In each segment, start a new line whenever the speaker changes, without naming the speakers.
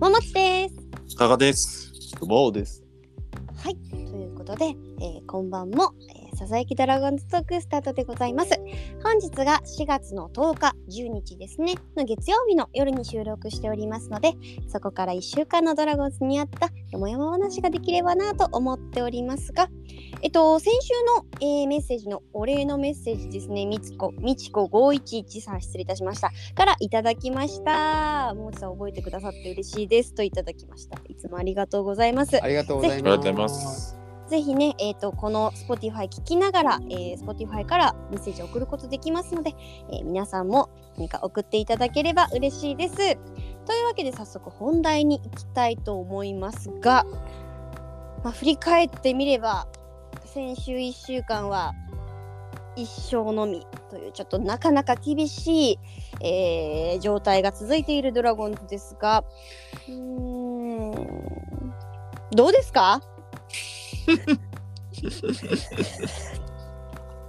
ももちです。
加賀です。
久保です。
はい、ということで、えーこんばんも、えー、ささやきドラゴンズトークスタートでございます。本日が4月の10日、10日ですね、の月曜日の夜に収録しておりますので、そこから1週間のドラゴンズにあったよもやま話ができればなと思っておりますが、えっと、先週の、えーメッセージのお礼のメッセージですね、みつこ、みちこ5113さん失礼いたしました。からいただきました。ももちさん覚えてくださって嬉しいですといただきました。いつもありがとうございます。
ありがとうござい
ありが
ま
とうご
す。
ざいます。
ぜひね、えー、とこの Spotify 聞きながら、えー、Spotify からメッセージを送ることできますので、えー皆さんも何か送っていただければ嬉しいです。というわけで早速本題に行きたいと思いますが、まあ、振り返ってみれば先週1週間は一生のみというちょっとなかなか厳しい、えー状態が続いているドラゴンズですがうーんどうですか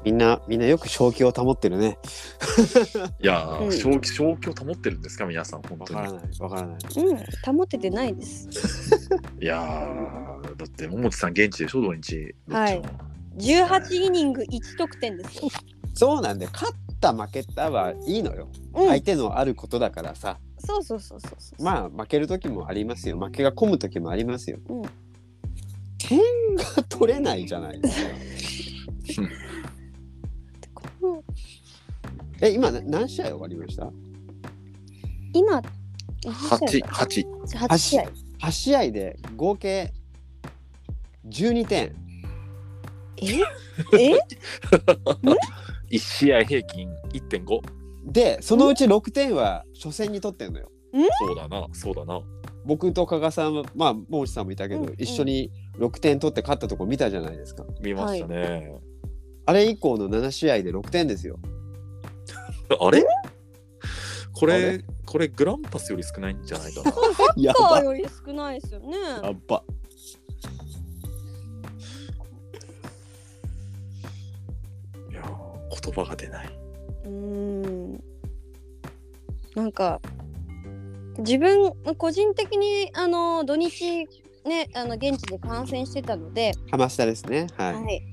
みんな、みんなよく正気を保ってるね。
いやー、
うん
正気正気を保ってるんですか皆さん本
わ
当
から
に。
ない、わからない。
うん、保ててないです。
いやー、だって桃地さん現地でしょ土日。
はい
どっちも。
18イニング1得点ですよ。
そうなんだよ。勝った負けたはいいのよ。
うん、
相手のあることだからさ。
そうそうそうそうそう。あ、
まあ、負ける時もありますよ。負けが込む時もありますよ。
うん
点が取れないじゃないですか。え、今、な何試合終わりました
今、
八八。
8試合。
?8 試合で合計12点。
ええ
一試合平均一点五。
で、そのうち6点は初戦に取ってんのよ。
そうだな、そうだな。
僕と加賀さんはまあ坊主さんもいたけど、
うんうん
一緒に6点取って勝ったとこ見たじゃないですか
見ましたね。
あれ以降の7試合で6点ですよ
あれ？こ
あ
れ
れ
これグランパスより少ないんじゃないかな。
や
パーより少ないですよね。
やっば
いやー、言葉が出ない。
うーん。なんか、自分、個人的に、あの、土日、ね、あの現地で観戦してたので、
浜下ですねはい、
はい。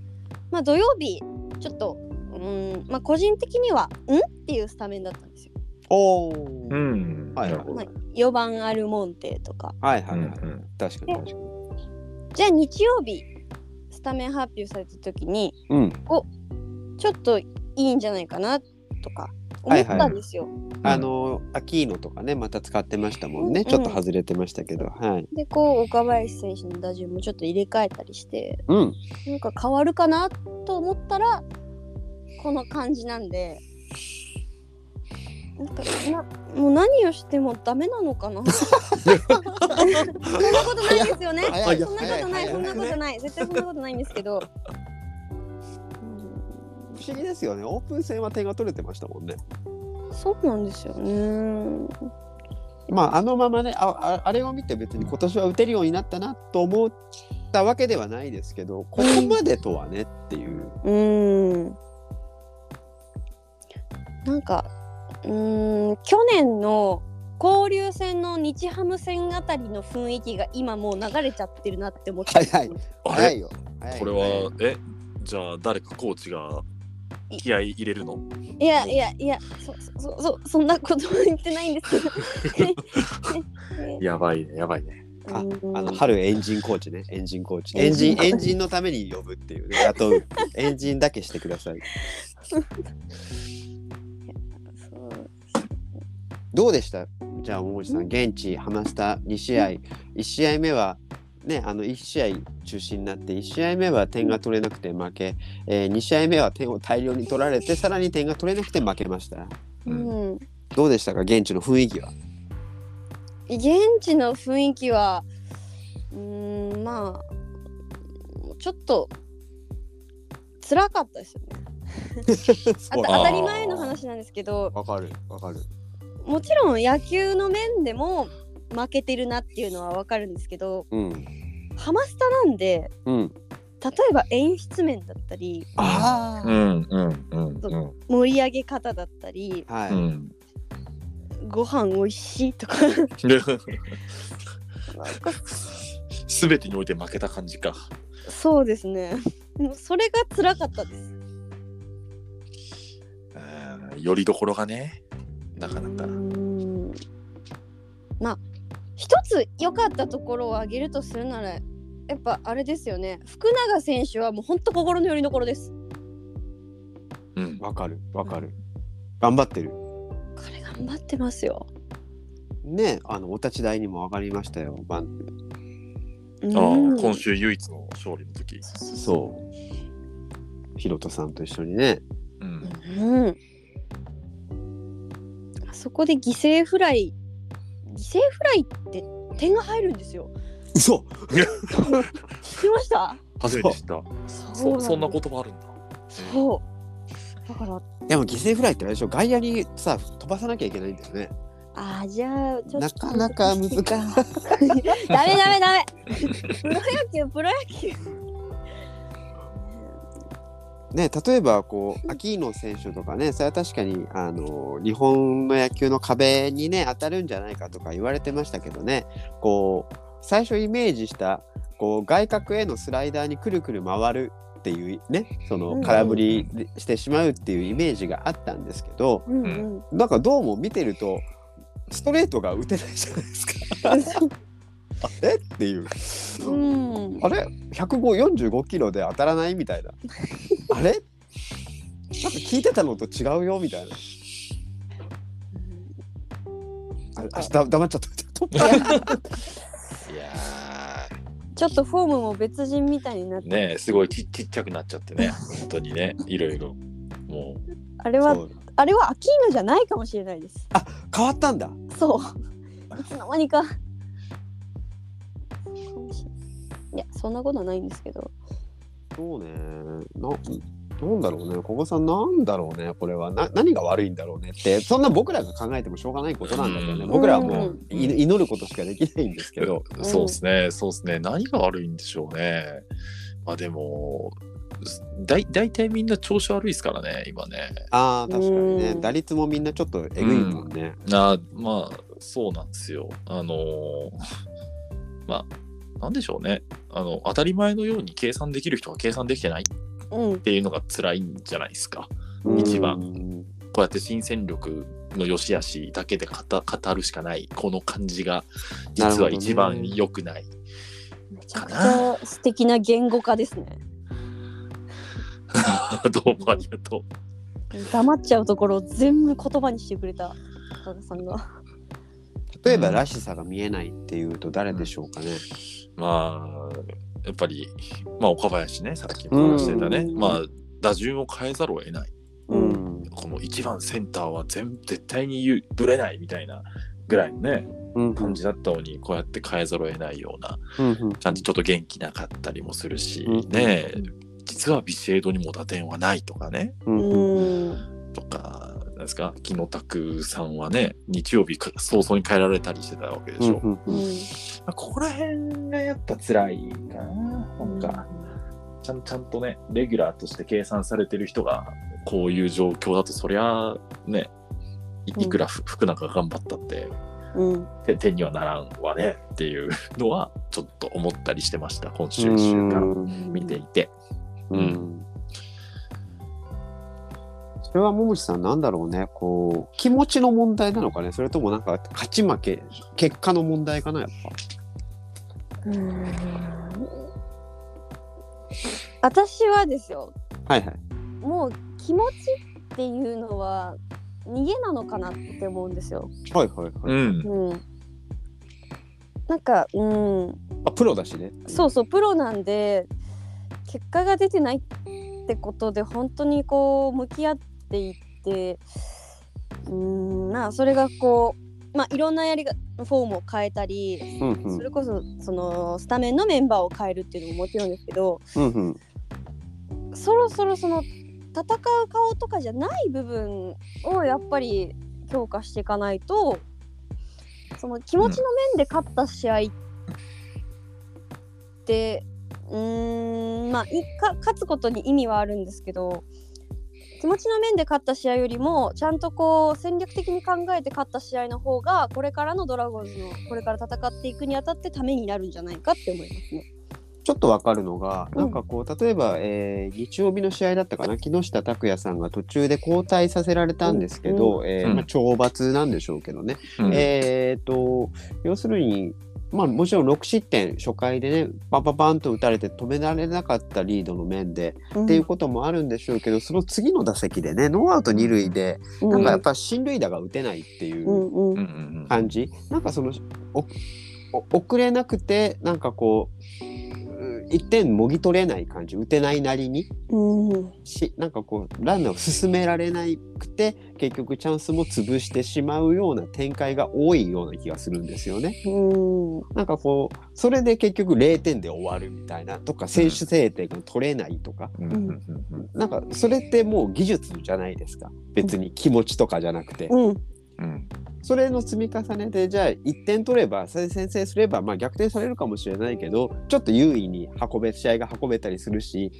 まあ土曜日ちょっとうーんまあ個人的にはんっていうスタメンだったんですよ。
おお、
ん
はい
なるほど
はい4番アルモンテとか。
はいはいはい、
うんうん
確かに確かに
じゃあ日曜日スタメン発表された時に
うん
ちょっといいんじゃないかなとか思ったんですよ。
あのーアキーノとかねまた使ってましたもんね、
うん
ちょっと外れてましたけどはい
でこう岡林選手の打順もちょっと入れ替えたりして
うん
なんか変わるかなと思ったらこの感じなんで。なんかなもう何をしてもダメなのか なそんなことないですよね
早い
そんなことない
早い
そんなこと
早
ない絶対そんなことないんですけど
不思議ですよねオープン戦は点が取れてましたもんね
うんそうなんですよね
まああのままねあああれを見て別に今年は打てるようになったなと思ったわけではないですけどここまでとはねっていう、
うーんなんかうーん去年の交流戦の日ハム戦あたりの雰囲気が今もう流れちゃってるなって思って
はいは
あ
早
れ
いよ早い
これはえじゃあ誰かコーチが気合い入れるの？
いやいやいやそそそそそんなことは言ってないんですけど
やばいね、やばいね。
あ
うーん
あの春エンジンコーチねエンジンコーチ
エ
エ
ン
ン
ジ
ジ
ン
ン
コーチ
エンジンのために呼ぶっていうね雇う エンジンだけしてください
そう
どうでしたじゃあ桃地さん現地ハスタ2試合1試合目はねあの1試合中止になって1試合目は点が取れなくて負け、え2試合目は点を大量に取られてさらに点が取れなくて負けました
うん
どうでしたか現地の雰囲気は
現地の雰囲気はうーんまあちょっと辛かったですよねあた
う
当たり前の話なんですけど
わかるわかる
もちろん野球の面でも負けてるなっていうのは分かるんですけど
うん
ハマスタなんで
うん
例えば演出面だったり
あ
うんうんうんうん
盛り上げ方だったり
あは
う
い
ん
ご飯美味しいとかなんか
すべてにおいて負けた感じか。
そうですねもうそれが辛かったです
うんよりどころがね、なかなか
う。ーんまあ一つ良かったところを挙げるとするならやっぱあれですよね福永選手はもう本当心の拠り所です
うん。
わかるわかる頑張ってる
彼頑張ってますよ
ねあのお立ち台にも上がりましたよバン
う
あ
ん
あ今週唯一の勝利の時。
そうそう
そうひろとさんと一緒にね
うん。
うんあそこで犠牲フライ犠牲フライって点が入るんですよ
嘘
聞きました
初めて知った。
そ
そそんな
と
言葉あるんだ。
そうだから
でも犠牲フライってあれでしょ外野にさ飛ばさなきゃいけないんだよね
あーじゃあちょっと
なかなか難しい
ダメダメダメプロ野球プロ野球
ね例えばこうアキーノ選手とかねそれは確かにあの日本の野球の壁にね当たるんじゃないかとか言われてましたけどねこう最初イメージしたこう外角へのスライダーにくるくる回るっていうねそ
うんう
の
ん
空振りでしてしまうっていうイメージがあったんですけど
うん
ん
なんかどうも見てるとストレートが打てないじゃないですか。 あえっていう
うん、うん
あれ145キロで当たらないみたいなあれなんか聞いてたのと違うよみたいなああだ黙っちゃったちょっと
いや
ちょっとフォームも別人みたいになっ
ー
て、
ねえすごいちちっちゃくなっちゃってね。本当にね、いろいろ。もう。
あれは
そう
あれはアキーノじゃないかもしれないです
変わったんだ
そういつの間にかかもしれないいやそんなことないんですけど
そうねななんだろうねここさんなんだろうねこれはな何が悪いんだろうねってそんな僕らが考えてもしょうがないことなんだけどね
うん
僕らはも
う
うい祈ることしかできないんですけど
ん
そうですね、そうですね。何が悪いんでしょうね。まあでも、だい大体みんな調子悪いですからね、今ね。
あー確かにね
うん
打率もみんなちょっとえぐいもんね、
あまあ、そうなんですよ。あのー まあ、なんでしょうね。あの、当たり前のように計算できる人が計算できてないっ
うん
ていうのが辛いんじゃないですか。
うん
一番
うん
こうやって新戦力の良し悪しだけで語語るしかない、この感じが、実は一
な
番
るほどね
良くない。
めちゃくちゃ素敵な言語化ですね
どうもありがとう。
黙っちゃうところを全部言葉にしてくれた高田さんが
例えばらしさが見えないっていうと誰でしょうかね、
まあ、やっぱり、まあ、岡林ね、さっきも話してたね、
うん
まあ、打順を変えざるを得ない、
うん
この1番センターは全絶対に言うぶれないみたいなぐらいのね、
うん
感じだったのに、こうやって変えざるを得ないような
うん
感じ、ちょっと元気なかったりもするし、
うん
ねえ、実はビシエドにも打点はないとかね、
う
うん
うん
ん
とか、なんですか、木野拓さんはね、日曜日か早々に変えられたりしてたわけでしょ。
うん
う
うんん
まあここら辺がやっぱ辛いかな、なんか。ちゃんちゃんとね、レギュラーとして計算されてる人が、こういう状況だと、そりゃ、ね、い
うん
いくらふ福永が頑張ったって、
うん
て手にはならんわねっていうのは、ちょっと思ったりしてました、今週1
うん
週間見ていて。
うんそれは桃地さんなんだろうねこう気持ちの問題なのかねそれともなんか勝ち負け結果の問題かなやっぱ
私はですよ
はいはい
もう気持ちっていうのは逃げなのかなって思うんですよ。
はいはいはい、
ん。
うん、なんかうん
あプロだしね
そうそうプロなんで結果が出てないってことで本当にこう向き合っていってうんまあそれがこうまあいろんなやりがフォームを変えたり
うん
そ
うん
れこそそのスタメンのメンバーを変えるっていうのももちろんですけど
うんうん
そろそろその戦う顔とかじゃない部分をやっぱり強化していかないとその気持ちの面で勝った試合ってうーんまあいか勝つことに意味はあるんですけど気持ちの面で勝った試合よりもちゃんとこう戦略的に考えて勝った試合の方がこれからのドラゴンズのこれから戦っていくにあたってためになるんじゃないかって思いますね。
ちょっとわかるのが、
うん
なんかこう例えば、えー日曜日の試合だったかな木下拓也さんが途中で交代させられたんですけど、えー
うん
まあ、懲罰なんでしょうけどね、
うん
えー、と要するに、まあ、もちろん6失点初回でねパンパンパンと打たれて止められなかったリードの面で、っていうこともあるんでしょうけどその次の打席でねノーアウト二塁で、
うん
なんかやっぱ進塁打が打てないっていう。
うんうん
うんうん
感じなんかそのおお遅れなくてなんかこうう一点もぎ取れない感じ打てないなりに
うん
しなんかこうランナーを進められなくて結局チャンスも潰してしまうような展開が多いような気がするんですよね。
うん
なんかこうそれで結局0点で終わるみたいなとか選手制定が取れないとか、
うんうんうんうん
なんかそれってもう技術じゃないですか別に気持ちとかじゃなくて。
うん
うん
それの積み重ねでじゃあ1点取れば先制すれば、まあ、逆転されるかもしれないけどちょっと優位に運べ試合が運べたりするし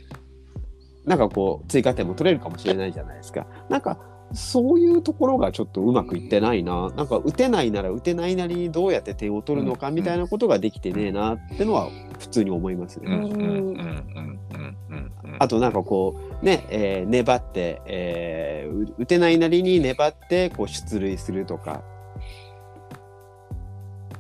なんかこう追加点も取れるかもしれないじゃないですか。なんかそういうところがちょっとうまくいってないななんか打てないなら打てないなりにどうやって点を取るのかみたいなことができてねえなってのは普通に思いますね。
うんうんうんうんうんうんうん
あとなんかこうね、えー粘って、えーう打てないなりに粘ってこう出塁するとか、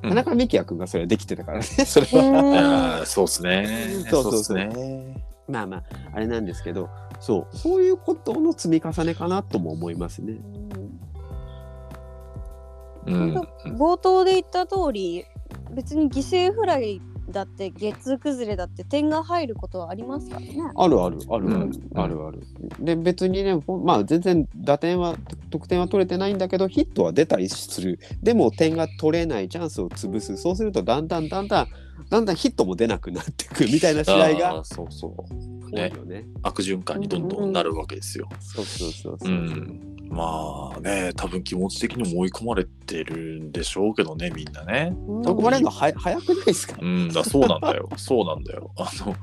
うん
田中幹也君がそれはできてたからね それは
うん
あーそうっすね。
そうそうそう
っすね。
まあまああれなんですけどそうそういうことの積み重ねかなとも思いますね。
うん。
本 冒頭で言った通り別に犠牲フライだってゲッツー崩れだって点が入ることはありますからね。
あるあるあるある、
うん
あるある。で別にねほんまあ全然打点は得点は取れてないんだけどヒットは出たりするでも点が取れないチャンスを潰すそうするとだんだんだんだんだんだんヒットも出なくなってくみたいな試合が
あー。そうそう。
多い
ね、
よね。
悪循環にどんどんなるわけですよ。
そうそうそうそうう。
ん。まあね、多分気持ち的にも追い込まれてるんでしょうけどね、みんなね。
うん
そこまでのは早くないですか
う。んだ、そうなんだ よ。そうなんだよ。あの、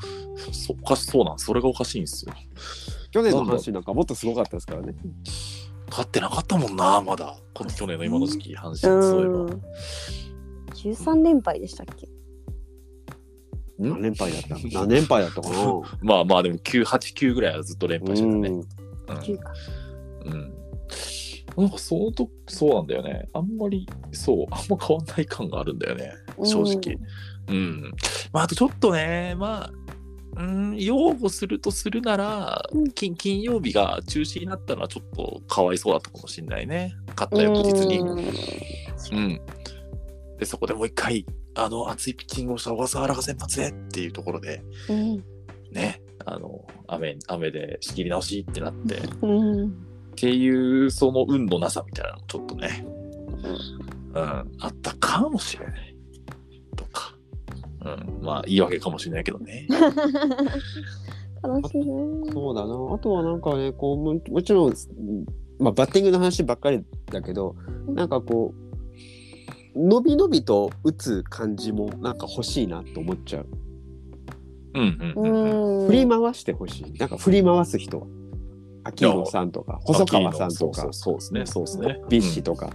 そおかしそうなん、それがおかしいんですよ。
去年の阪神なんかもっとすごかったですからね。
勝ってなかったもんな、まだ。この去年の今の時期、阪神、
う
そういえ
ん13連敗でしたっけ
うん
何連敗だった何連敗だっ たかな。
ば。まあまあ、でも9、8、9ぐらいはずっと連敗してたね。
うん
うん
9か。
うん。なんかそのとそうなんだよね。あんまりそうあんま変わんない感があるんだよね。正直。うん。まああとちょっとねまあうん擁護するとするなら
うん
金金曜日が中止になったのはちょっとかわいそうだったかもしれないね。勝った
うん
翌日に。
うん
うん。でそこでもう一回あの熱いピッチングをした小笠原が先発でっていうところでねあの雨雨で仕切り直しってなって。
うん
っていうその運のなさみたいなのもちょっとね、うん、あったかもしれないとか、うん、まあ言い訳かもしれないけどね。
悲しいね。
そうだな。あとはなんかね、こうももちろん、うんまあ、バッティングの話ばっかりだけど、なんかこう、伸び伸びと打つ感じもなんか欲しいなと思っちゃう。
うんうんうんう
振
ん。
振り回してほしい。なんか振り回す人は。秋野さんとか、細川さんと
そ
か
う、そうそうですね、そうですね。
ビッシュとか、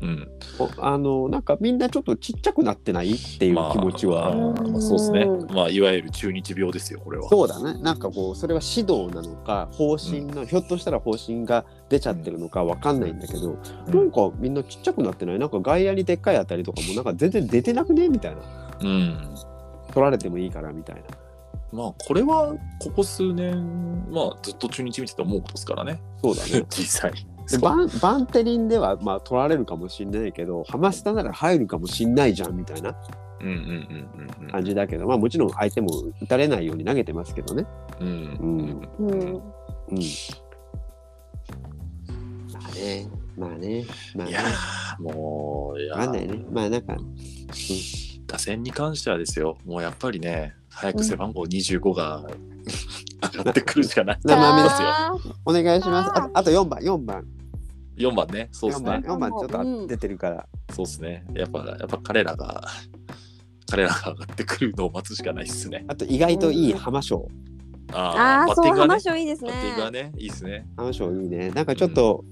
うん。
おあのなんかみんなちょっとちっちゃくなってないっていう気持ちは、
まあ
うん
まあそうですね。まあいわゆる中日病ですよ、これは。
そうだねなんかこうそれは指導なのか方針の、ひょっとしたら方針が出ちゃってるのかわかんないんだけど、
うん
なんかみんなちっちゃくなってないなんか外野にでっかい当たり とかもなんか全然出てなくねみたいな
うん。
取られてもいいからみたいな
まあこれはここ数年、まあずっと中日見てて思うことですから ね、
そうだ ね
実際。
でバンバンテリンではまあ取られるかもしんないけどハマスタなら入るかもしんないじゃんみたいな
うんうんうんうんうん
感じだけどまあもちろん相手も打たれないように投げてますけどね。
うん
うん
うん
うんまあねまあねまあ
い
ね
やーもう、いや
わ
ー
かんないねまあなんか
打線に関してはですよ、もうやっぱりね、早く背番号25が上がってくるしかない。
生身です
よ
あー
お願いしますああと4番4番
4番ね、そうです
4番
ね。
4番ちょっと出てるから、
そうですね。やっぱ、やっぱ彼らが、彼らが上がってくるのを待つしかないですね。
あと意外といい浜賞
あ
あ
あ
ー
ー、そう、
がね
話はいいです
バ
ね
ッ。ティングはね、いいですね。
あの賞いいね。なんかちょっと、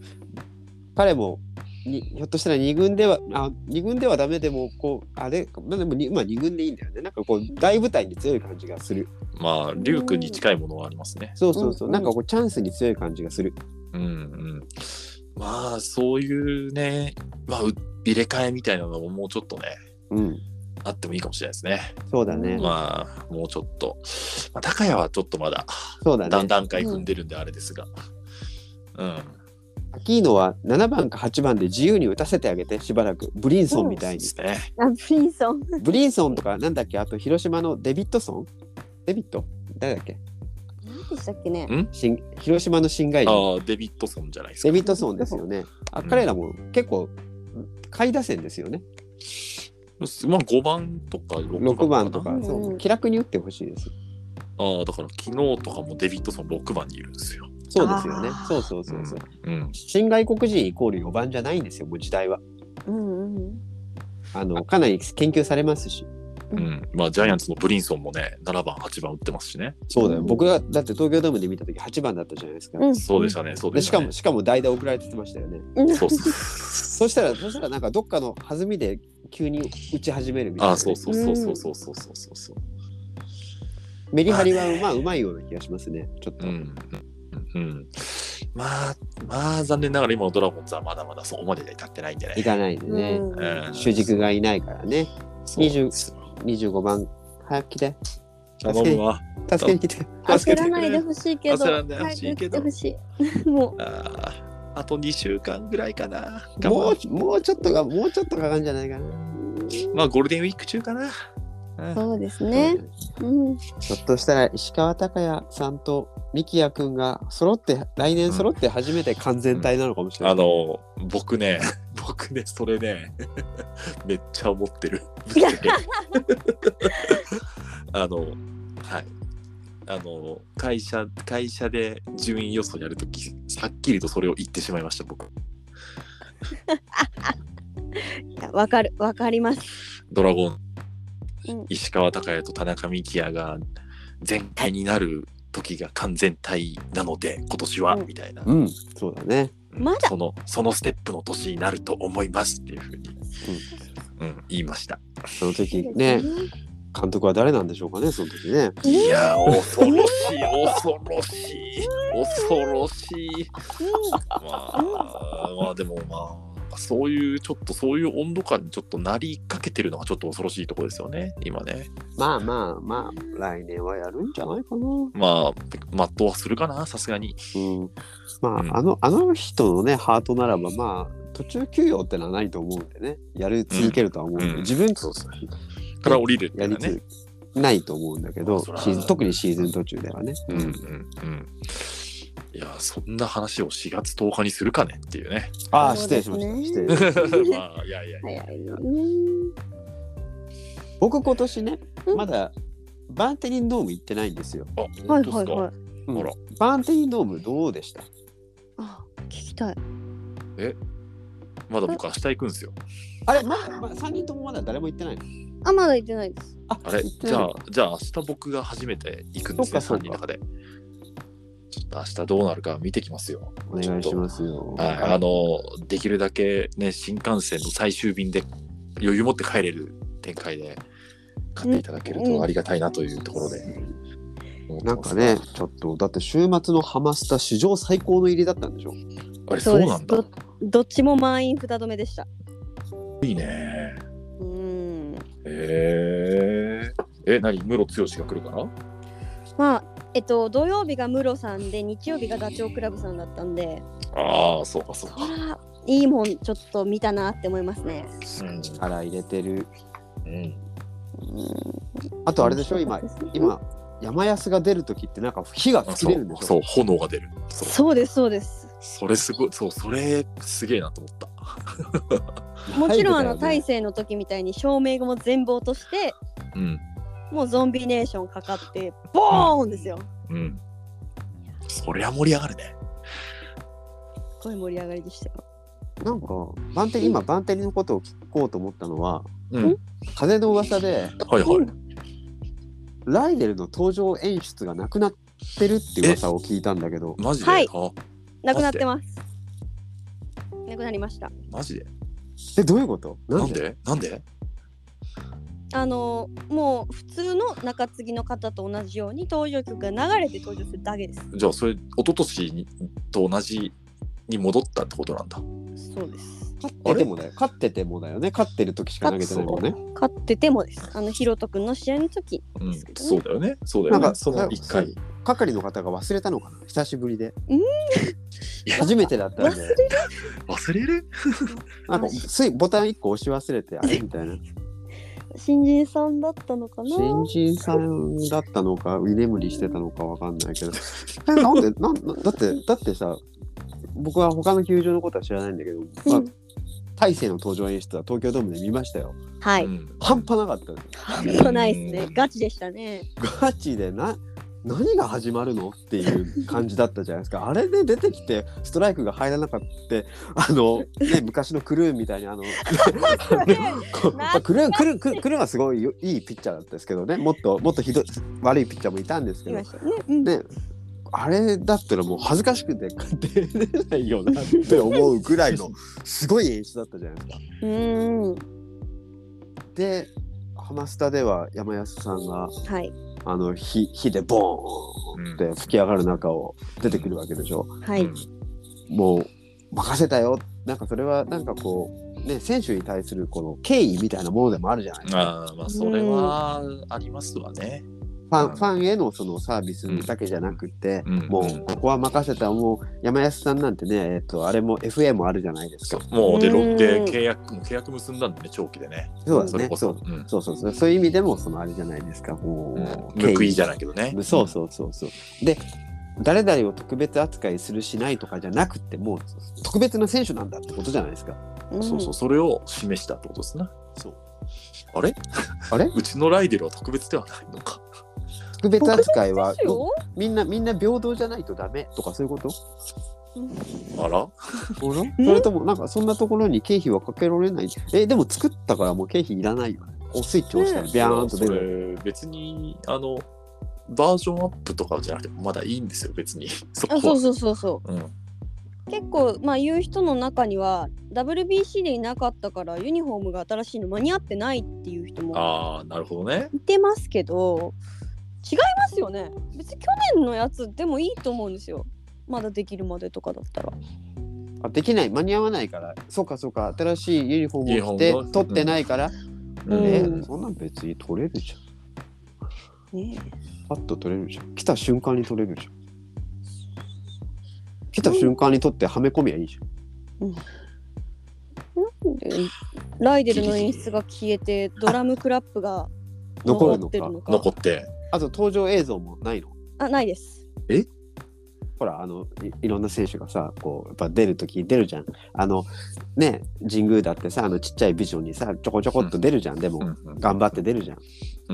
彼もにひょっとしたら2軍ではあ二軍ではダメでもこうあれまあでもにまあ2軍でいいんだよね。なんかこう大舞台に強い感じがする。
まあ、リュウ君に近いものはありますね。
そうそうそう。
うんうん
なんかこうチャンスに強い感じがする。
うんうん。まあ、そういうね、まあ、う入れ替えみたいなのももうちょっとね、
うん。
あってもいいかもしれないですね。
そうだね。
まあ、もうちょっと。まあ、高谷はちょっとまだ、
そうだ
段
ね。
段階踏んでるんであれですが。うん。
アキーノは7番か8番で自由に打たせてあげてしばらく。ブリンソンみたい
で
に。
すね。
あ、プリンソン。
ブリンソンとかなんだっけあと広島のデビッドソンデビット誰だっけ
何でしたっけね。
新広島の新外人。
ああ、デビッドソンじゃないです
デ
か。
ビッドソンですよね。あ
うん
彼らも結構下位打線ですよね。
まあ、5番とか6番
6番とか、
うん
そう気楽に打ってほしいです。
ああ、だから昨日とかもデビッドソン6番にいるんですよ。
そうですよね
あー。
そうそうそうそう。
うん。
新外国人イコール4番じゃないんですよ、もう時代は。
うんうん。
あのかなり研究されますし。
うん。まあ、ジャイアンツのブリンソンもね、7番、8番打ってますしね。
そうだよ。
うん
僕がだって東京ドームで見た時8番だったじゃないですか。
うん
そうでしたね、そう
で
で
し
し
か
た
も
ね。
しかも代打送られてきましたよね。
そうそう。
そしたらそしたらなんかどっかの弾みで急に打ち始めるみたいな、
ああ、そうそうそうそうそうそうそうそうそう。
メリハリはうまいうまいような気がしますね。ちょっ
う
と。
ん。うん。まあ、まあ、残念ながら今のドラゴンズはまだまだそこまでには至ってないんで
い
ね。
かないでね。
うん
主軸がいないからね。
20
20。25番早く来て。
頼むわ。
助けに来て。
焦らないでほしいけど。
焦らないでほしいけど
早く打ってほしい。 も
あーあと2週間ぐらいかな。
もうもうちょっとがもうちょっとかかるんじゃないかな。
まあゴールデンウィーク中かな。う
う。
ん
そうですね。うん。
ひょっとしたら石川昂弥さんと三木谷君が揃って来年揃って初めて完全体なのかもしれない。
あの、僕ね、 僕ね、それね、 めっちゃ思ってる。ぶっちゃけ あの、はい。あの、会社、会社で順位予想やるとき、はっきりとそれを言ってしまいました、僕。
いやわかる。わかります。
ドラゴン、
うん
石川昂弥と田中幹也が全体になる時が完全体なので、今年は、
うん
みたいな。
うん、そうだね。
まだ
そのそのステップの年になると思いますっていうふうに、うん、言いました。
その時ね、監督は誰なんでしょうかね、その時ね。
えー
いやー恐ろしい恐ろしい恐ろしい。まあまあでもまあそういうちょっとそういう温度感にちょっとなりかけてるのがちょっと恐ろしいところですよね今ね。
まあまあまあ、来年はやるんじゃないかな。うん。
まあ全うはするかなさすがに。
ま
うん
あ、あの、あの人のね、ハートならば、まあ、途中休養ってのはないと思うんでね、やる続けるとは思うんで、
うん
自分
そうですね。から降りるってい
や
う
り
のは
つ
ね。
ないと思うんだけど、シ
そら
ーズン特にシーズン途中ではね。
うんうんうん。いやーそんな話を4月10日にするかねっていうね。
ああ、
そう
失
で
礼
す
しました。
ね
失礼
まあいやいやいや。
早い。うん。
僕今年ね
うん
まだバーテリンドーム行ってないんですよ。
あ
は
本
い
当
は
で
い
すか。
はい。
うん
あら
バーテリンドームどうでした
あ、聞きたい。
まだ僕明日行くんですよ。
あれまだ、まだ3人ともまだ誰も行ってないの
あ、まだ行ってないです。
あ
あれ
行って
じ
ない
ゃあ、じゃあ明日僕が初めて行くんですね、
そ
3
うか
人の中で。ちょっと明日どうなるか見てきますよ。
お願いしますよ。
はい、あの、できるだけね、新幹線の最終便で余裕持って帰れる展開で買っていただけるとありがたいなというところで。思って
な
ます
んかね、ちょっとだって週末のハマスタ史上最高の入りだったんでしょ
あれそうなんだ
ど。どっちも満員札止めでした。
いいね。
うん。
えー、え、何ムロツヨシが来るから
まあ、えっと、土曜日がムロさんで、日曜日がダチョウ倶楽部さんだったんで、
ああ、そうかそう
そ
か。
ら、いいもん、ちょっと見たなって思いますね。
う
力入れてる。
ん。うん
あとあれでしょ今、今、山安が出るときってなんか火が
あ
吹き
そ
出るん
う
でしょ
そう、炎が出る。そう
そうです、そうです。
それすごい、そう、それすげえなと思った。
もちろん、あ
ラ
の、
イブだよね
大勢の時みたいに照明も全部落として、
うん、
もうゾンビネーションかかって、ボーンですよ。
うん。そりゃ盛り上がるね。
すごい盛り上がりでしたよ。
なんか、バンテリン今、バンテリンのことを聞こうと思ったのは、
うん
風の噂で、
はいはい。
ライデルの登場演出がなくなっってるって噂を聞いたんだけど、
マジで、
はい
あ
なくなってます。なくなりました。
マジで
え、どういうことな
なんん
で
でなんで
あのもう普通の中継ぎの方と同じように登場曲が流れて登場するだけです。
じゃあそれ一昨年にと同じに戻ったってことなんだ
そうです。
勝っててもだよ。勝っててもだよね。勝ってる時しか投げてないもんね。
勝っててもです。あのヒロト君の試合の時
うん
ですけどね
そうだよねそうだよ
なん
ね
か
その一回
そう係の方が忘れたのかな久しぶりで
うん。
初めてだったんで。
忘れる
なんかついボタン1個押し忘れて、あれみたいな。
新人さんだったのかな。
新人さんだったのか、居眠りしてたのかわかんない けど。えなんでなんなだって、だってさ、僕は他の球場のことは知らないんだけど、
う
まあ
ん、
大勢の登場演出は東京ドームで見ましたよ。
は
う
い。
ん
半端なかったです
半端ないですね。ガチでしたね。
ガチでな何が始まるのっていう感じだったじゃないですか。あれで出てきてストライクが入らなかったあの、ね、昔のクルーンみたいにあの こまあクルーンクルーンクルーンクルーンはすごいよいいピッチャーだったですけどねもっともっとひどい悪いピッチャーもいたんですけ
い
ど
ましたね。うん。
ねあれだったらもう恥ずかしくて出れないよなって思うぐらいのすごい演出だったじゃないですか。
うん。
でハマスタでは山安さんが
はい。
あの火火でボーンって吹き上がる中を出てくるわけでしょ、
はい。
うん
もう任せたよなんかそれはなんかこうね選手に対するこの敬意みたいなものでもあるじゃないですか
あーまあそれはありますわね
ファ
う
ン
ん
ファンへのそのサービスだけじゃなくて、
うん
も
うん
うここは任せたもう山安さんなんてねえっ、とあれも FA もあるじゃないです
そ
か
うもうで
うん
ロで契約もう契約結んだんでね長期でね
そうです
それ
ね
こ
そ
そううん
そうそうそうそういう意味でもそのあれじゃないですか
うん
もう、
報いじゃ
な
な
い
いけどね
そうそうそうそうで誰々を特別扱いするしないとかじゃなくてもう特別な選手なんだってことじゃないですか
うん
そうそう、それを示したってことですね。そう。あれ
あれ
うちのライデルは特別ではないのか。
特別扱いは
ですよ。
みんなみんな平等じゃないとダメとかそういうこと
あら
それともなんかそんなところに経費はかけられないえでも作ったからもう経費いらないよねおスイッチ押したらビャーンと出
そ
る、
れ別に、あの、バージョンアップとかじゃなくて、まだいいんですよ、別に。 そこ
あ
は
そうそうそうそう。
うん。
結構まあ言う人の中には WBC でいなかったからユニフォームが新しいの間に合ってないっていう人も
ああ、なるほどね。
いてますけど違いますよね別に去年のやつでもいいと思うんですよまだできるまでとかだったら
あできない間に合わないからそうかそうか新しいユニフォーム
ユ
を着て
ニフォームを
取ってないから、
う
うん
え
ん。
そんなん別に取れるじゃん
ね
パッと取れるじゃん来た瞬間に取れるじゃん来た瞬間に取ってはめ込みゃいいじゃん
なんでライデルの演出が消えてドラムクラップが
残る
っ
の
て
か
残って。
あと登場映像もないの
あないです
ほらあのいいろんな選手がさこうやっぱ出る時出るじゃんあのね神宮だってさあのちっちゃいビジョンにさちょこちょこっと出るじゃん、でも、頑張って出るじゃん、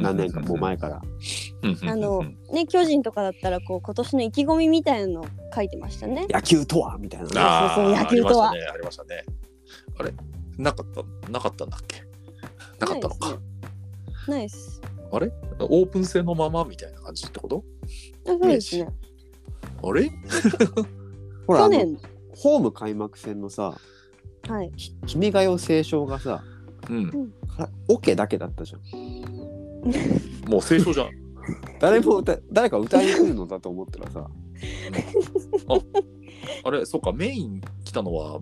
何年かもう前から、
から
あのね巨人とかだったらこう今年の意気込みみたいなの書いてましたね
野球とはみたいなね
あ
そうそう
あ、
野球とは
ありましたね。ありましたね。あれなかった、なかったんだっけなかったのか。
ないですね
あれオープン戦のままみたいな感じってこと
ないですあそうですね
あれ
ほら
去
あの
年
ホーム開幕戦のさ
はい
「き君が代清唱」がさ
うん。
からオケだけだったじゃん
もう清少じゃん。
誰も歌誰か歌いに来るのだと思ったらさ
あれ、そうか、メイン来たのは、あ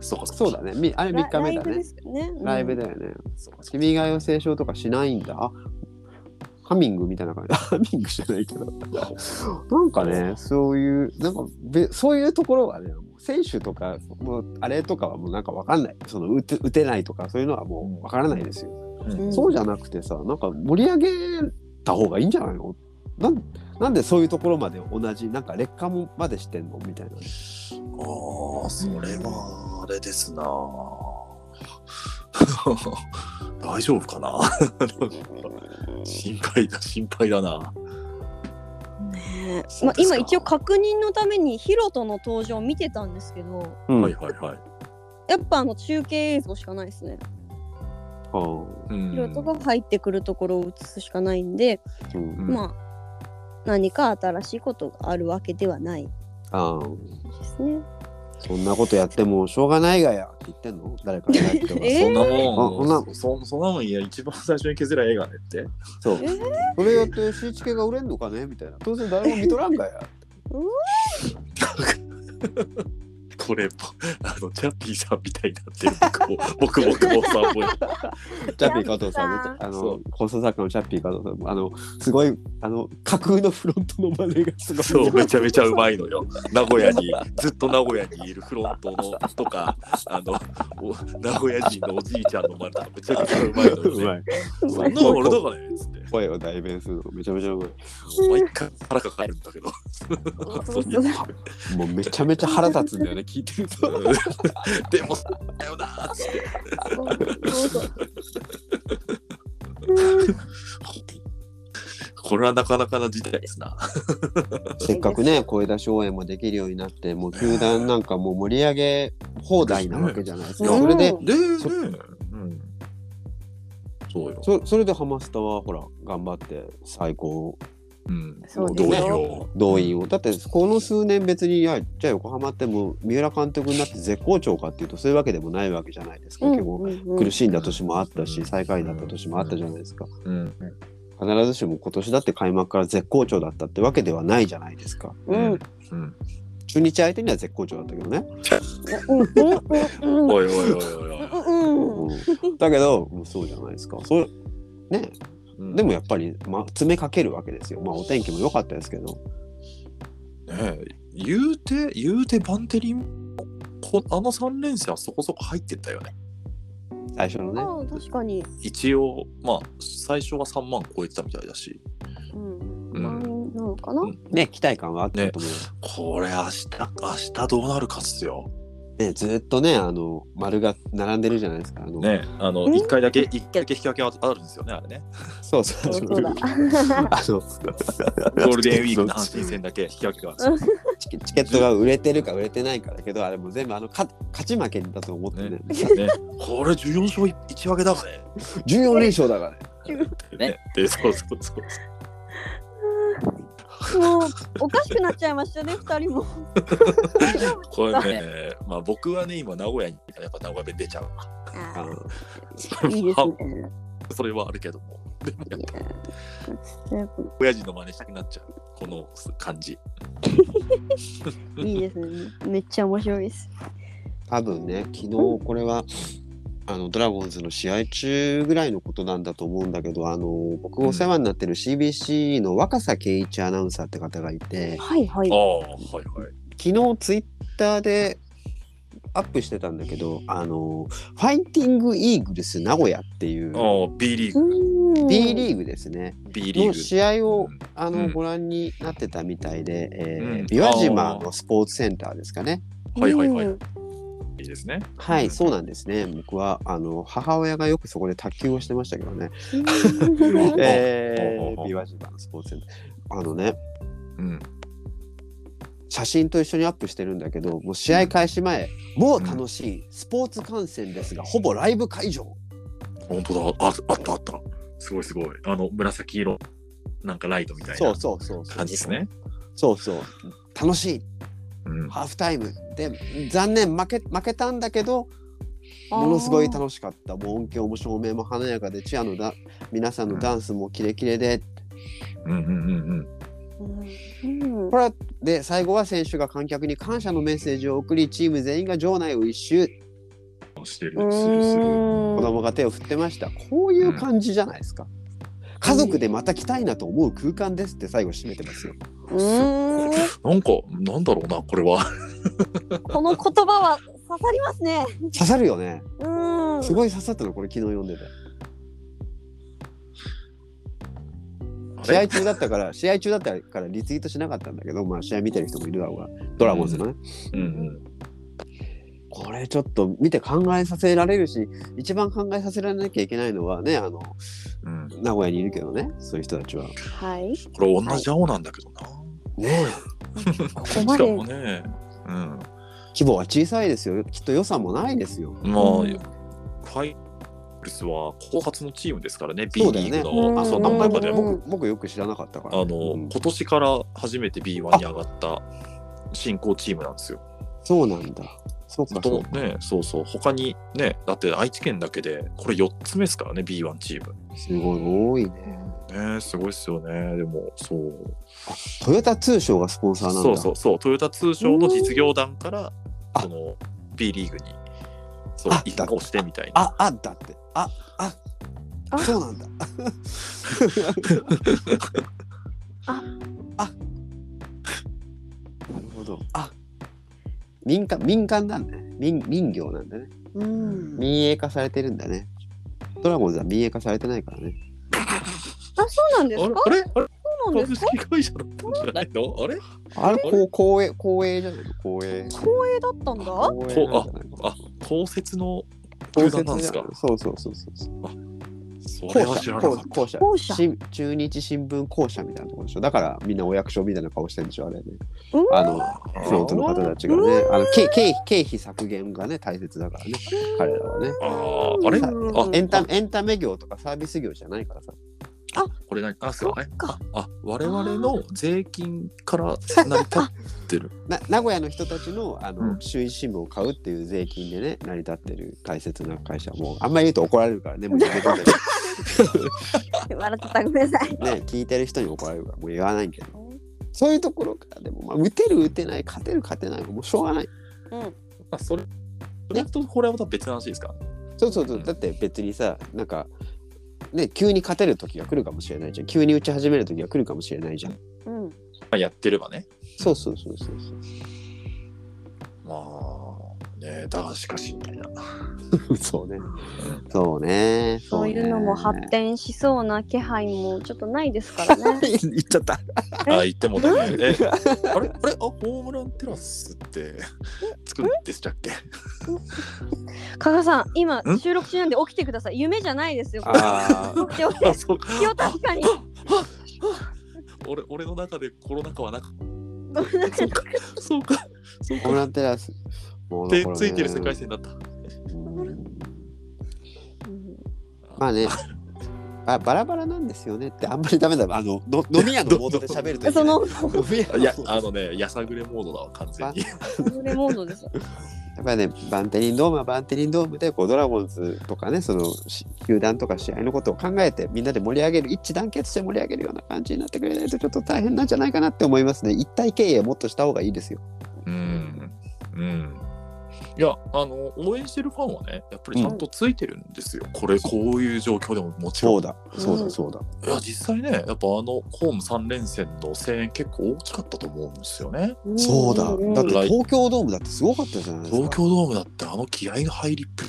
そうか、
そうだ
ね。
ねみあれ3日目だ
ライブで
ね
すよね。
ライブ
で。
だよね
そうかそうか
「君が代清唱」とかしないんだあハミングみたいな感じ ハミングじゃないけどなんかね、そういう、なんかべ、そういうところはね、もう選手とか、もうあれとかはもうなんかわかんない。その打て打てないとか、そういうのはもうわからないですよ。
うん
そうじゃなくてさ、なんか盛り上げた方がいいんじゃないのなんなんでそういうところまで同じ、なんか劣化もまでしてんのみたいな。
ああ、それは、あれですな。 大丈夫かな心配だ、心配だな。
ね
そ
ま
う
あ
です
今
か
一応確認のためにヒロトの登場を見てたんですけど、
うん
はいはいはい。
やっぱあの中継映像しかないですね。
は
う
ヒロト
ん
が入ってくるところを映すしかないんで、
あうん
うん
まあ何か新しいことがあるわけではない
ああ
ですね。
そんなことやってもしょうがないがやって言ってんの誰かになって
え
そんな
あそん
も、
なん
そそんなもん、いや、一番最初に削ら映画ねって。
そう
えー
それやってシーチケが売れんのかねみたいな当然誰も見とらんがや
これ、ぽあの、チャッピーさんみたいになってる、僕も、僕も、僕もさ、もう
チャッピー加藤さんねあ
そ
の
う
放送作家のチャッピー加藤さんもあのすごいあの架空のフロントの真似がすごい
そう、めちゃめちゃうまいの よ。名古屋に、ずっと名古屋にいるフロントのと か、あの、お名古屋人のおじいちゃんのまとか、めちゃくち ゃうまいの
う
よ、
ま
ね。
い
そんなもん俺だからね、つって。
声を代弁するのめちゃめちゃうまい
毎回腹抱えるんだけど。 本当に
もうめちゃめちゃ腹立つんだよ ね聞いてると
うん でも、そうだよなーっつって。これはなかなかな事態ですな。
せっかくね声出し応援もできるようになってもう球団なんかもう盛り上げ放題なわけじゃないですか、
うん
それで
で、ね
そ
うん。そうよ。
そそれでハマスタはほら頑張って最高
うん。
そうで
同
す
意
よ
を。
動員をだってこの数年別にいやじゃあ横浜ってもう三浦監督になって絶好調かっていうとそういうわけでもないわけじゃないですか、結構苦しんだ年もあったし最下位だった年もあったじゃないですか
うん。
必ずしも今年だって開幕から絶好調だったってわけではないじゃないですか
うん
うん。
中日相手には絶好調だったけどね、
うん
おいおいおいおいおい。
うん
うん、だけどもうそうじゃないですかそうね
うん
でもやっぱり、まあ、詰めかけるわけですよ。まあ、お天気も良かったですけど。
ねえ言うて言うてバンテリンこあの3連戦はそこそこ入ってったよね
最初のね。
ああ確かに、
一応まあ最初は3万超えてたみたいだし、
うん、
うん
満員なのかな、
うん
ね、期待感はあったと思います。
これ明日明日どうなるかっすよ
ねずっとね、あの、丸が並んでるじゃないですか。あの
ねあの
うん
1回だけ一回だけ引き分けはあるんですよねあれね
そうそう
そうだ
あの、
ゴールデンウィークの阪神戦だけ引き分けがあるんですよ
チケチケットが売れてるか売れてないかだけど、あれも全部あのか勝ち負けだと思ってね。
ねこれ14勝1分けだか
14連勝だからね。
らねねでそうそうそう
もうおかしくなっちゃいましたね二人も大丈夫
これねまあ僕はね今名古屋にやっぱ名古屋弁出ちゃう
あ
あの
あいいですね
それはあるけどもでもやっぱ
いやちょっ
親父の真似したくなっちゃうこの感じ
といいですねめっちゃ面白いです
多分ね、昨日これは、あのドラゴンズの試合中ぐらいのことなんだと思うんだけどあの僕お世話になってる CBC の若狭圭一アナウンサーって方がいて、
はいはい
ああ、はいはい。
昨日ツイッターでアップしてたんだけどあのファイティングイーグルス名古屋っていう
ああ、B リー
う
グ、
ん
B リーグですね
B リー
の
グ。
試合を
うん
あ
う
の
ん
ご覧になってたみたいで、え
うん
ー、岩島のスポーツセンターですかね
はいはいはい
うん
いいですね。
はい、
うん
そうなんですね僕はあの母親がよくそこで卓球をしてましたけどねえ
ほうほうほ
ー、
う
ビワジバのスポーツセンター。あのね、
うん。
写真と一緒にアップしてるんだけど、もう試合開始前、もう楽しい、スポーツ観戦ですが、ほぼライブ会場。
本当だ。ああったあった。すごいすごい。あの、紫色、なんかライトみたい
そ
な
うそうそうそう。
感じです。ね。
そうそう。楽しい、
うん。
ハーフタイム。で、残念、負け負けたんだけど、ものすごい楽しかった。もう音響も照明も華やかで、チアのだ皆さんのダンスもキレキレで、
うんうんうん
うん
これはで、最後は選手が観客に感謝のメッセージを送り、チーム全員が場内を一周。
うん。してる
う、
する、する。
ん
子供が手を振ってました。こういう感じじゃないですか。家族でまた来たいなと思う空間ですって最後締めてますよ。
うん
なんか、なんだろうな、これは。
この言葉は刺さりますね
刺さるよね。
うん
すごい刺さったのこれ昨日読んでて。試合中だったから試合中だったからリツイートしなかったんだけど、まあ試合見てる人もいるだろうが、ドラゴンズのね。
うんうん。
これちょっと見て考えさせられるし、一番考えさせられなきゃいけないのはね、あの
うん、
名古屋にいるけどね、そういう人たちは。
はい
これ同じ青なんだけどな。
ね
こ
し
こま
か
で
もね、うん。
え規模は小さいですよ。きっと予算もないですよ。
まあ、ファイプルスは後発のチームですからね、B
そうだよ
リー
ね
グの、あそう
うん
な
あん
ん
ま
か中
り僕
で
う
も、
ん
僕僕よく知らなかったか
あ
ら。
の、
う
今
ん
年から初めて B1 に上がった新興チームなんですよ。
そうなんだ。そうかそ
と
うか。
ね、そうそう、他にね、だって愛知県だけで、これ4つ目ですからね、B1 チーム。
すごい多いね。
ね、すごいですよね、でも、そう。
トヨタ通商がスポンサーなんだ。
そうそうそう、トヨタ通商の実業団から、その B リーグに、そう
あ、
移行してみたいな。
あ、あだって。あ、あ、
あ
そうなんだ。
あ、
あ。 なるほど。あ。民間、民間なんだね。民、民業なんだね。
うん
民営化されてるんだね。ドラゴンズは民営化されてないからね。
あ、そうなんで
あ
す
れ
か。
あれあれ
そうなんで
株
すか。
式会社だったんじゃないのあれ
あれ、
あれ
こう、公営、公営じゃないの、公営。
光栄だったんだ。
公営なんじゃないの
あ、公設の
公
球
設
団なんですか
そうそうそうそうそう。
それ
校
は知
舎
らなかっ
校
た。
校舎
校舎
新中日新聞校舎みたいなところでしょだからみんなお役所みたいな顔してるんでしょあれね
うん
あのフロントの方たちがねあの経経費経費削減がね大切だからね彼らはね
あーあれ
うん
あ
エンタエンタメ業とかサービス業じゃないからさ
これ何あそ
そうっ
ね
か。
あ我々の税金から成り立ってる
な名古屋の人たちのあ
う
の
ん
収支新聞を買うっていう税金でね成り立ってる大切な会社もうあんまり言うと怒られるからねもうやめとけ
笑ってた、ごめんなさい。
ね聞いてる人に怒られるからもう言わないけどそういうところからでも、まあ、打てる打てない勝てる勝てないもうしょうがない
うん。
あそれそれとこれはまた別の話ですか
そうそうそう、
うん
だって別にさなんかね急に勝てる時が来るかもしれないじゃん急に打ち始める時が来るかもしれないじゃん、
うん。
まあやってればね
そうそうそうそうそう
まあねだがしかしみたいな
そうねそうね
そういうのも発
展
展しそうな気配もちょっとないですからね。
言っちゃった
あ言ってもダメえあれあれあホームランテラスって作ってでしたっけ
加賀さん、今
ん
収録中なんで起きてください。夢じゃないですよ。これ
あー
起きて起きて
あそう
気を確かに。
俺俺の中でコロナ禍はなかっ
ごめんな
た
さ
そ
い。
うかそうかそう
ホーム
か
ランテラスもうだ
手
からね
ついてる世界線だった
うん
うん
まあねあバラバラなんですよねってあんまりダメだあのの飲み屋のモードで喋るといけない
その、
飲み屋の
いや
モード
あのねやさぐれモードだわ完全に
それモードですよ。
やっぱりね、バンテリンドームはバンテリンドームでこうドラゴンズとかねそのし球団とか試合のことを考えてみんなで盛り上げる一致団結して盛り上げるような感じになってくれないとちょっと大変なんじゃないかなって思いますね一体経営をもっとした方がいいですよ。
うんうんいやあの応援してるファンはねやっぱりちゃんとついてるんですよ、これこういう状況でももちろん
だ
そうだ
そうだ。
いや実際ねやっぱあのホーム3連戦の声援結構大きかったと思うんですよね
そうだ
ん
だって東京ドームだってすごかったじゃないですか。
東京ドームだってあの気合が入りっぷ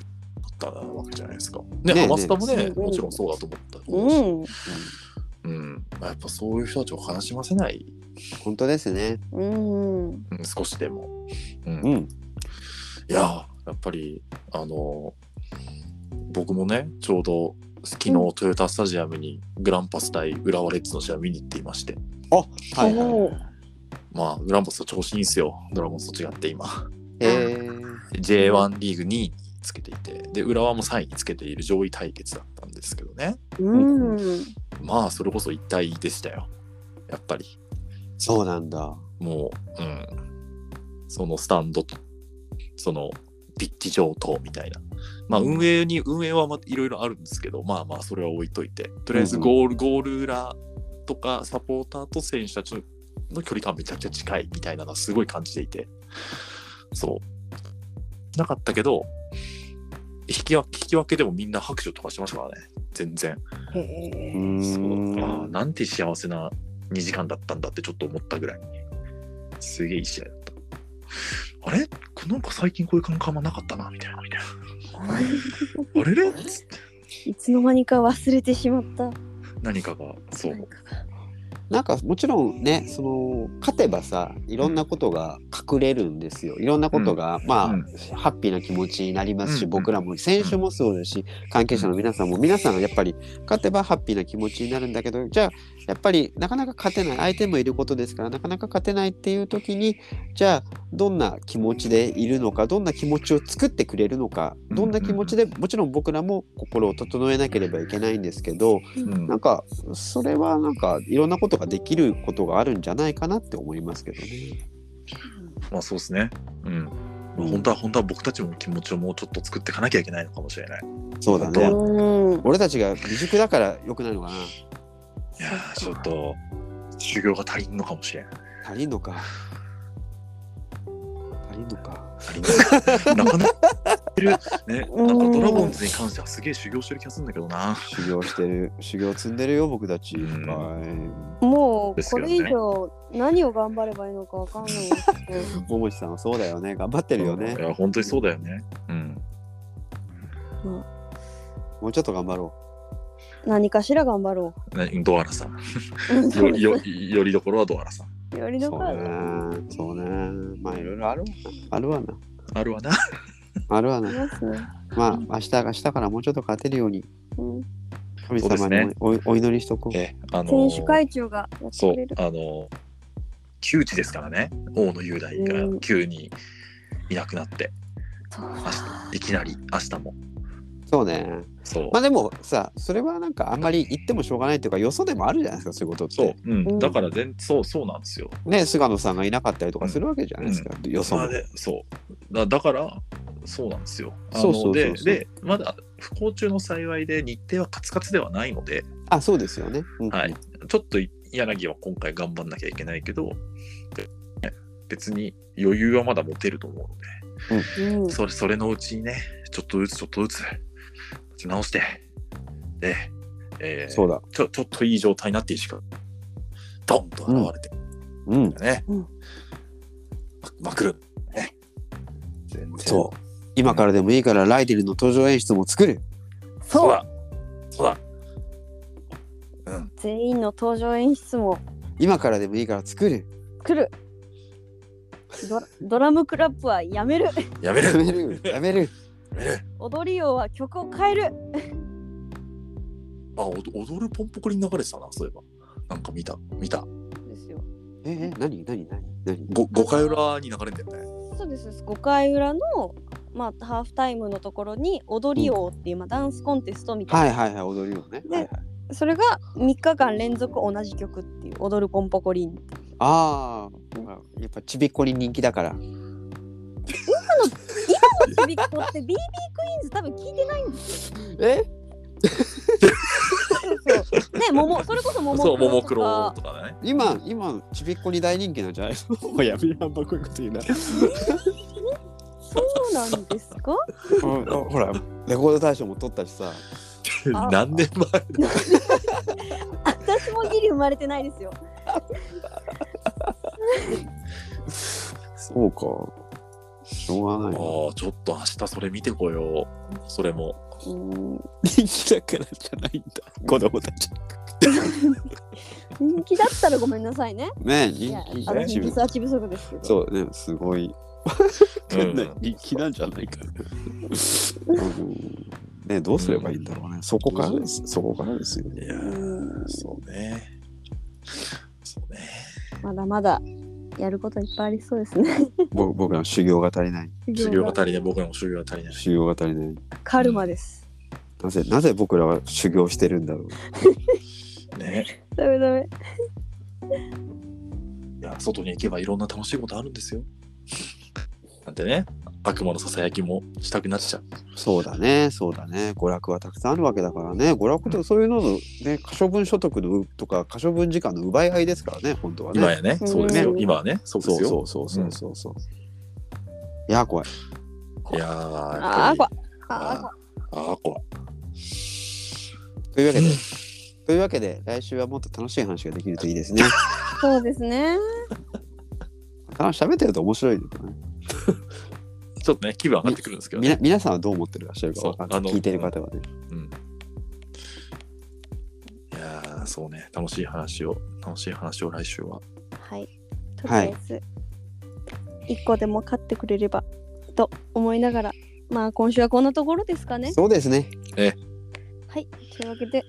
だったわけじゃないですかね
ねえ
ハマスタもね
ねえ
もちろんそうだと思ったと
う。
思うんうんまあやっぱそういう人たちを悲しませない、
本当ですね。
うん。
うん、少しでも、うん
ん。
いやーやっぱりあのー僕もねちょうど昨日
う
トヨタスタジアムにグランパス対浦和レッズの試合見に行っていまして
あはいはい。
おー
まあグランパスは調子いいんすよドラゴンズと違って今
えー、
J1 リーグ2位につけていてで浦和も3位につけている上位対決だったんですけどね
うん。
まあそれこそ一体でしたよやっぱり
そうなんだ。
もう、うん、そのスタンドとそのピッチ上等みたいな。まあ運営に、運営はまあいろいろあるんですけど、まあまあそれは置いといて、とりあえずゴール、ゴール裏とかサポーターと選手たちの距離感めちゃくちゃ近いみたいなのはすごい感じていて、そう。なかったけど、引き分け引き分けでもみんな拍手とかしてましたからね、全然。
へえ
う。ーん
そうああなんて幸せな2時間だったんだってちょっと思ったぐらいすげえいい試合だったあれなんか最近こういう感覚あんまなかったなみたいなみたいなあれれつって
いつの間にか忘れてしまった。
何かがそう
なんかもちろんねその勝てばさいろんなことが隠れるんですよいろんなことが、まあ、
うん
ハッピーな気持ちになりますし、
うん
僕らも選手もそうですし関係者の皆さんも皆さんやっぱり勝てばハッピーな気持ちになるんだけどじゃあやっぱりなかなか勝てない相手もいることですからなかなか勝てないっていう時にじゃあどんな気持ちでいるのかどんな気持ちを作ってくれるのかどんな気持ちでもちろん僕らも心を整えなければいけないんですけど
うん
なんかそれはなんかいろんなことができることがあるんじゃないかなって思いますけどね。
まあそうですね。うん。まあ本当は本当は僕たちも気持ちをもうちょっと作っていかなきゃいけないのかもしれない。
そうだ
う
ね
ん。
俺たちが未熟だから良くないのかない
やーち
そ
ょ
っ
っ
か
と修行が足りんのかもし れない。
足りんのか足りんのか
足りんのかなかなかいるね。なんかドラゴンズに関してはすげえ修行してる気がするんだけどな。
修行してる修行積んでるよ僕たち、
うん
はい
も
で
う
す
こ
けど
れ
ね
以上何を頑張ればいいのかわかんないですけど。
桃地さんはそうだよね頑張ってるよね
いや本当にそうだよね。うん。
もうちょっと頑張ろ
何かしら頑張ろ
ねドアラさん。
う。
よよよりどころはドアラさん。
より
う
の
そう
声。
ねそうねまあいろいろあるわなあるわな
あるわな。
あるわ
あり
な
ますね。
まあ明日が明日からもうちょっと勝てるように
うん
神
そうです
様
ね
にお,、お祈りしとこう
え、あの
選
ー
手会長がやって
そ
く
う
れる。、
あの、窮地ですからね、大野雄大
う
が
ん
急にいなくなって、
そう
明日いきなり、明日も。
そうね
そう。
まあでもさそれはなんかあんまり言ってもしょうがないっていうかよそでもあるじゃないですかそういうことって
そう、うん、
うん
だから全、そう、そうなんですよ。
ね菅野さんがいなかったりとかするわけじゃないですか、よそ
ま
も
あで、そう。だだから、そうなんですよ。あの
そうそうそうそう
で、で、まだ不幸中の幸いで日程はカツカツではないので、
あそうですよね、うん
はい。ちょっと柳は今回頑張んなきゃいけないけど、で別に余裕はまだ持てると思うので。
うん。
それそれのうちにね、ちょっとずつちょっとずつ立ち直して、で、えー
そうだ
ちょちょっといい状態になっていいしか、ドンと現れて
うん
ね、
うん
ままくる、ね。全然
そう今からでもいいからライデルの登場演出も作る
そ
そう
う。
だそうだうん、
全員の登場演出も
今からでもいいから作る
来る。ドラドラムクラップはやめる。
やめる
やめるやめる
やめる
踊りようは曲を変える。
あ、お踊るポンポコリン流れてたな、そういえば。なんか見た、見た。
ですよ。
ええ何何何何
ご5回裏に流れてんだよね。
そうですです。5回裏の、まあ、ハーフタイムのところに踊り王っていう、まあ、ダンスコンテストみたいな、
はいはいはい踊るよね、
で
はいはい、
それが3日間連続同じ曲っていう「踊るポンポコリン」
あーまあやっぱちびっこに人気だから
ちびっこって BB クイーンズ多分聞いてないんです
え
よ。ね、ももそれこそもも
そう、ももク
ク
ロ
ロ
とかね。
今今ちびっこに大人気なんじゃないのもうやめやんばこういうこと言うな
そうなんですか
うんあほらレコード大賞も取ったしさ
あ
何年前だ
私もギリ生まれてないですよ。
そうかしょうがない
ああ、ちょっと明日それ見てこよう。それも。
うん
人気だからじゃないんだ子供たち
人気だったらごめんなさいね。
ね
い
人
や、
気
あの
ちび
リサーチ不足ですけど。
そうねすごい
うん
人気なんじゃないかねどうすればいいんだろうね、そこからですそこからですよ
い
ね
や
う
ー
ん
そうね。そうね。
まだまだやることいっぱいありそうですね。
ぼ僕らの修行が足りない
修行が足りない、僕らも修行が足りない。
修行が足りない
カルマです。
なぜなぜ僕らは修行してるんだろう
ね。
ダメダメ。
いや、外に行けばいろんな楽しいことあるんですよ。なんてね、悪魔のささやきもしたくなっちゃう。
そうだねそうだね娯楽はたくさんあるわけだからね娯楽ってそういうののね可処分所得のうとか可処分時間の奪い合いですからね本当はね
今やね、そうですよ。
ね
今はね、そうです
そ
よ。
うそうそうそうそう。ういや、怖い。
いやー、
あ
や
あ
っ
こ
ぱ
わあこわ
りあー、怖い。
というわけ で、というわけで、来週はもっと楽しい話ができるといい ですね。
そうですね。
楽し喋ってると面白いですよね。
ちょっとね、気分上がってくるんですけど
み
ね。
な皆さんはどう思ってらっしゃるかわかんな
そ
い
うあの
聞いてる方はね。
いやーうんそうね、楽しい話を、楽しい話を来週は。
はい。とりあえず、一個でも勝ってくれればと思いながら、まあ今週はこんなところですかね。
そうですね。
はい。というわけで、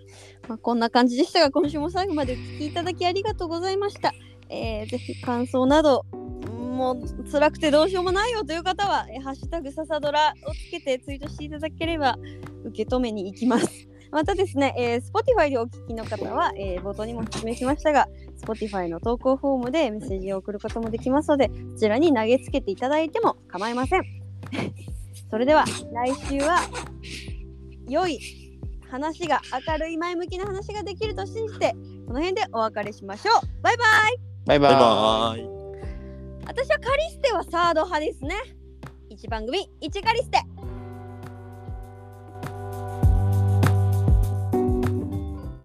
まあ、こんな感じでしたが、今週も最後までお聞きいただきありがとうございました。えーぜひ感想など、もう辛くてどうしようもないよという方は、えーハッシュタグささドラをつけてツイートしていただければ受け止めに行きます。またですね、えー Spotify でお聞きの方は、えー冒頭にもお説明しましたが、Spotify の投稿フォームでメッセージを送ることもできますので、こちらに投げつけていただいても構いません。 それでは、来週は良い話が明るい前向きな話ができると信じてこの辺でお別れしましょうバイバイ
バイバ
バイ
イ。
バーイ。
私はカリステはサード派ですね一番組一カリステ